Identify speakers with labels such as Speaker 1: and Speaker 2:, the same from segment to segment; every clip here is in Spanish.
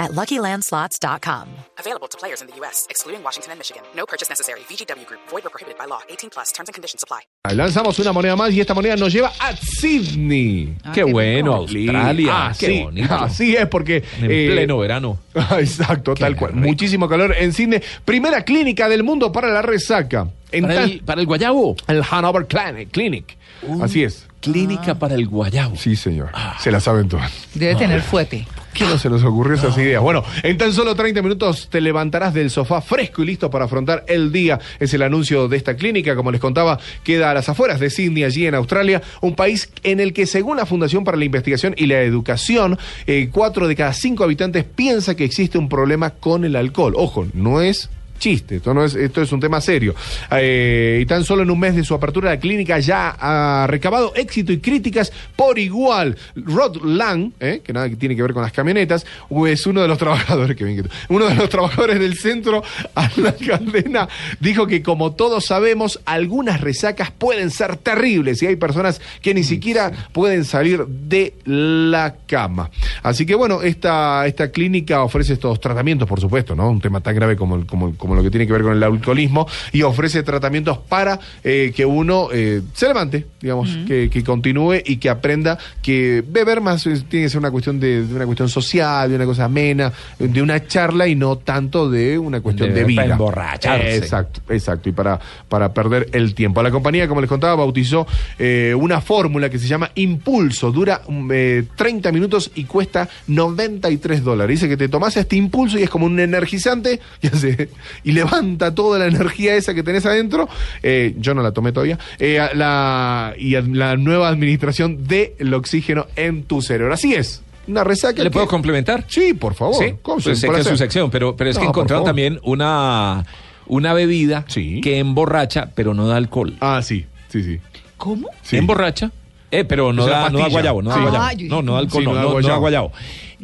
Speaker 1: at luckylandslots.com.
Speaker 2: Available to players in the U.S., excluding Washington and Michigan. No purchase necessary. VGW Group, void or prohibited by law. 18 plus terms and conditions apply.
Speaker 3: Lanzamos una moneda más y esta moneda nos lleva a Sydney.
Speaker 4: Ah, qué, bueno, Australia.
Speaker 3: Ah,
Speaker 4: qué
Speaker 3: sí,
Speaker 4: bonito.
Speaker 3: Así es, porque.
Speaker 4: En
Speaker 3: eh,
Speaker 4: pleno verano.
Speaker 3: Exacto, tal cual.
Speaker 4: rico.
Speaker 3: Muchísimo calor en Sydney. Primera clínica del mundo para la resaca. En
Speaker 4: Para
Speaker 3: tan-
Speaker 4: el, para el guayabo.
Speaker 3: el Hanover Clinic. Clinic. Así es.
Speaker 4: Clínica para el guayabo.
Speaker 3: Ah. Sí, señor. Se la saben todas.
Speaker 5: Debe tener fuete.
Speaker 3: ¿Qué no se nos ocurrió esas ideas? Bueno, en tan solo 30 minutos te levantarás del sofá fresco y listo para afrontar el día. Es el anuncio de esta clínica, como les contaba, queda a las afueras de Sydney, allí en Australia, un país en el que según la Fundación para la Investigación y la Educación, eh, cuatro de cada cinco habitantes piensa que existe un problema con el alcohol. Ojo, no es chiste, esto, no es, esto es un tema serio. Eh, y tan solo en un mes de su apertura, la clínica ya ha recabado éxito y críticas por igual. Rod Lang, eh, que nada que tiene que ver con las camionetas, es uno de los trabajadores, que bien que tú- uno de los trabajadores del centro, Ana Caldena, dijo que como todos sabemos, algunas resacas pueden ser terribles y hay personas que ni siquiera pueden salir de la cama. Así que bueno, esta, esta clínica ofrece estos tratamientos, por supuesto, ¿no? Un tema tan grave como, el- como, como lo que tiene que ver con el alcoholismo y ofrece tratamientos para eh, que uno eh, se levante, digamos, que, que continúe y que aprenda que beber más es- tiene que ser una cuestión de, de una cuestión social, de una cosa amena, de una charla y no tanto de una cuestión de,
Speaker 4: De-
Speaker 3: vida.
Speaker 4: para emborracharse.
Speaker 3: Exacto. Exacto, exacto, y para, para perder el tiempo. La compañía, como les contaba, bautizó eh, una fórmula que se llama Impulso, dura mm, eh, 30 minutos y cuesta 93 dólares. Dice que te tomas este impulso y es como un energizante y, hace- y levanta toda la energía esa que tenés adentro. Eh, yo no la tomé todavía. Eh, a- la, y a- la nueva administración del oxígeno en tu cerebro. Así es, una resaca.
Speaker 4: ¿Le
Speaker 3: que-
Speaker 4: puedo complementar?
Speaker 3: Sí, por favor.
Speaker 4: Sí,
Speaker 3: Oh, Con-
Speaker 4: pues sé
Speaker 3: por
Speaker 4: que es su
Speaker 3: hacer.
Speaker 4: sección, pero, pero es que
Speaker 3: No, por
Speaker 4: encontraron
Speaker 3: favor.
Speaker 4: también una, una bebida
Speaker 3: Sí.
Speaker 4: que emborracha, pero no da alcohol.
Speaker 3: Ah, sí, sí, sí.
Speaker 5: ¿Cómo?
Speaker 3: sí.
Speaker 4: Emborracha, eh, pero no
Speaker 3: Es una
Speaker 4: da, no da
Speaker 3: pastilla.
Speaker 4: guayabo. No, da
Speaker 5: Ah,
Speaker 4: guayabo.
Speaker 5: yo
Speaker 4: no, no da alcohol,
Speaker 3: Sí,
Speaker 4: no, no, no da guayabo.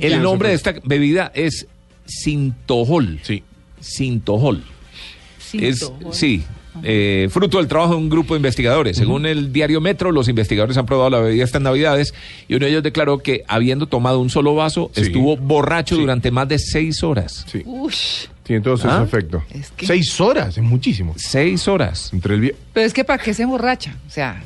Speaker 4: El
Speaker 3: Ya.
Speaker 4: nombre de esta bebida es Sintojol.
Speaker 3: Sí.
Speaker 4: Sintojol. es,
Speaker 5: Cinto.
Speaker 4: sí, eh, fruto del trabajo de un grupo de investigadores. Según el diario Metro, los investigadores han probado la bebida estas navidades y uno de ellos declaró que habiendo tomado un solo vaso,
Speaker 3: Sí.
Speaker 4: estuvo borracho
Speaker 3: Sí.
Speaker 4: durante más de seis horas.
Speaker 3: Sí.
Speaker 5: Ush.
Speaker 3: Tiene todos
Speaker 4: ¿Ah?
Speaker 3: esos efectos.
Speaker 5: Es que-
Speaker 3: Seis horas, es muchísimo.
Speaker 4: Seis horas.
Speaker 3: Entre el vie-
Speaker 5: Pero es que ¿para qué se emborracha? O sea,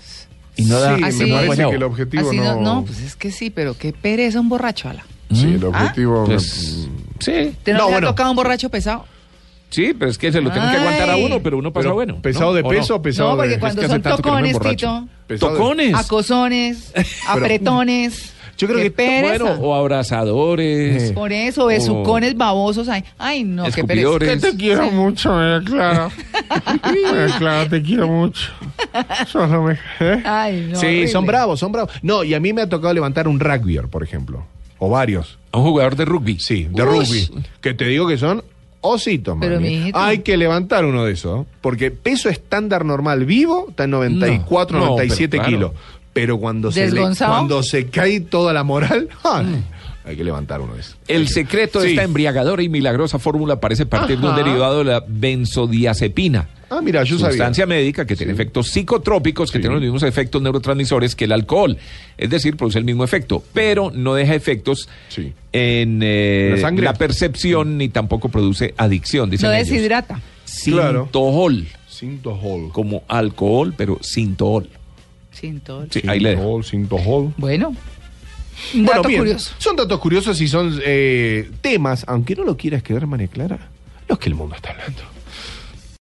Speaker 4: Y no da-
Speaker 3: sí,
Speaker 5: así-
Speaker 3: me parece
Speaker 4: guayabo.
Speaker 3: que el objetivo
Speaker 5: así no,
Speaker 3: no.
Speaker 5: no, pues es que sí, pero qué pereza un borracho, ala.
Speaker 6: Mm.
Speaker 3: Sí, el
Speaker 6: Ah.
Speaker 3: objetivo.
Speaker 4: Pues, sí,
Speaker 5: ¿Te no,
Speaker 3: No,
Speaker 5: te ha
Speaker 3: bueno.
Speaker 5: tocado un borracho pesado?
Speaker 4: sí, pero es que se lo tienen que aguantar a
Speaker 5: Ay.
Speaker 4: uno, pero uno pasa
Speaker 3: Pero,
Speaker 4: bueno.
Speaker 3: ¿Pesado
Speaker 4: ¿no?
Speaker 3: de
Speaker 4: ¿O no?
Speaker 3: peso o pesado
Speaker 5: no, porque
Speaker 3: de.?
Speaker 5: cuando
Speaker 3: Es que hace
Speaker 5: son
Speaker 3: tanto que no me
Speaker 5: tocones,
Speaker 3: emborracho.
Speaker 5: Tito,
Speaker 3: Pesado de-
Speaker 4: Tocones.
Speaker 5: acosones, apretones.
Speaker 3: Yo creo
Speaker 5: qué
Speaker 3: que-
Speaker 5: pereza.
Speaker 4: Bueno, o abrazadores.
Speaker 3: Sí.
Speaker 5: Por eso, besucones babosos. Ay, ay no, qué pereza.
Speaker 4: Escupidores.
Speaker 6: Te quiero mucho, eh, María Clara. María Clara, te quiero mucho. Sos lo mejor. ¿eh?
Speaker 5: Ay, no.
Speaker 3: sí, son
Speaker 5: horrible.
Speaker 3: bravos, son bravos. No, y a mí me ha tocado levantar un rugbyer, por ejemplo. O varios.
Speaker 4: Un jugador de rugby.
Speaker 3: Sí, de
Speaker 5: Ush.
Speaker 3: rugby. Que te digo que son ositos, mami.
Speaker 5: Pero, mijito.
Speaker 3: Hay que levantar uno de esos. ¿eh? Porque peso estándar normal vivo está en 94,
Speaker 4: No, no,
Speaker 3: 97
Speaker 4: pero
Speaker 3: kilos.
Speaker 4: claro.
Speaker 3: Pero cuando se, le-
Speaker 5: ¿Desgonzado? Mm.
Speaker 3: cuando se cae toda la moral, ¡ay! hay que levantar uno de esos.
Speaker 4: El secreto de
Speaker 3: Sí.
Speaker 4: esta embriagadora y milagrosa fórmula parece partir de un derivado de la benzodiazepina.
Speaker 3: Ah, mira, yo sabía.
Speaker 4: sustancia médica que tiene efectos psicotrópicos, que tiene los mismos efectos neurotransmisores que el alcohol. Es decir, produce el mismo efecto, pero no deja efectos
Speaker 3: Sí.
Speaker 4: en eh,
Speaker 3: La
Speaker 4: la,
Speaker 3: sangre.
Speaker 4: percepción ni tampoco produce adicción, dicen
Speaker 5: No
Speaker 4: ellos.
Speaker 5: deshidrata.
Speaker 3: Claro.
Speaker 4: Sintohol,
Speaker 3: Cinto hall.
Speaker 4: como alcohol, pero sintohol.
Speaker 5: Sin todo. el-
Speaker 4: Sí, ahí le dejo.
Speaker 3: Hall, cinto hall.
Speaker 5: Bueno, un dato
Speaker 3: bien,
Speaker 5: curioso.
Speaker 3: Son datos curiosos y son eh, temas, aunque no lo quieras creer, María Clara, los que el mundo está hablando.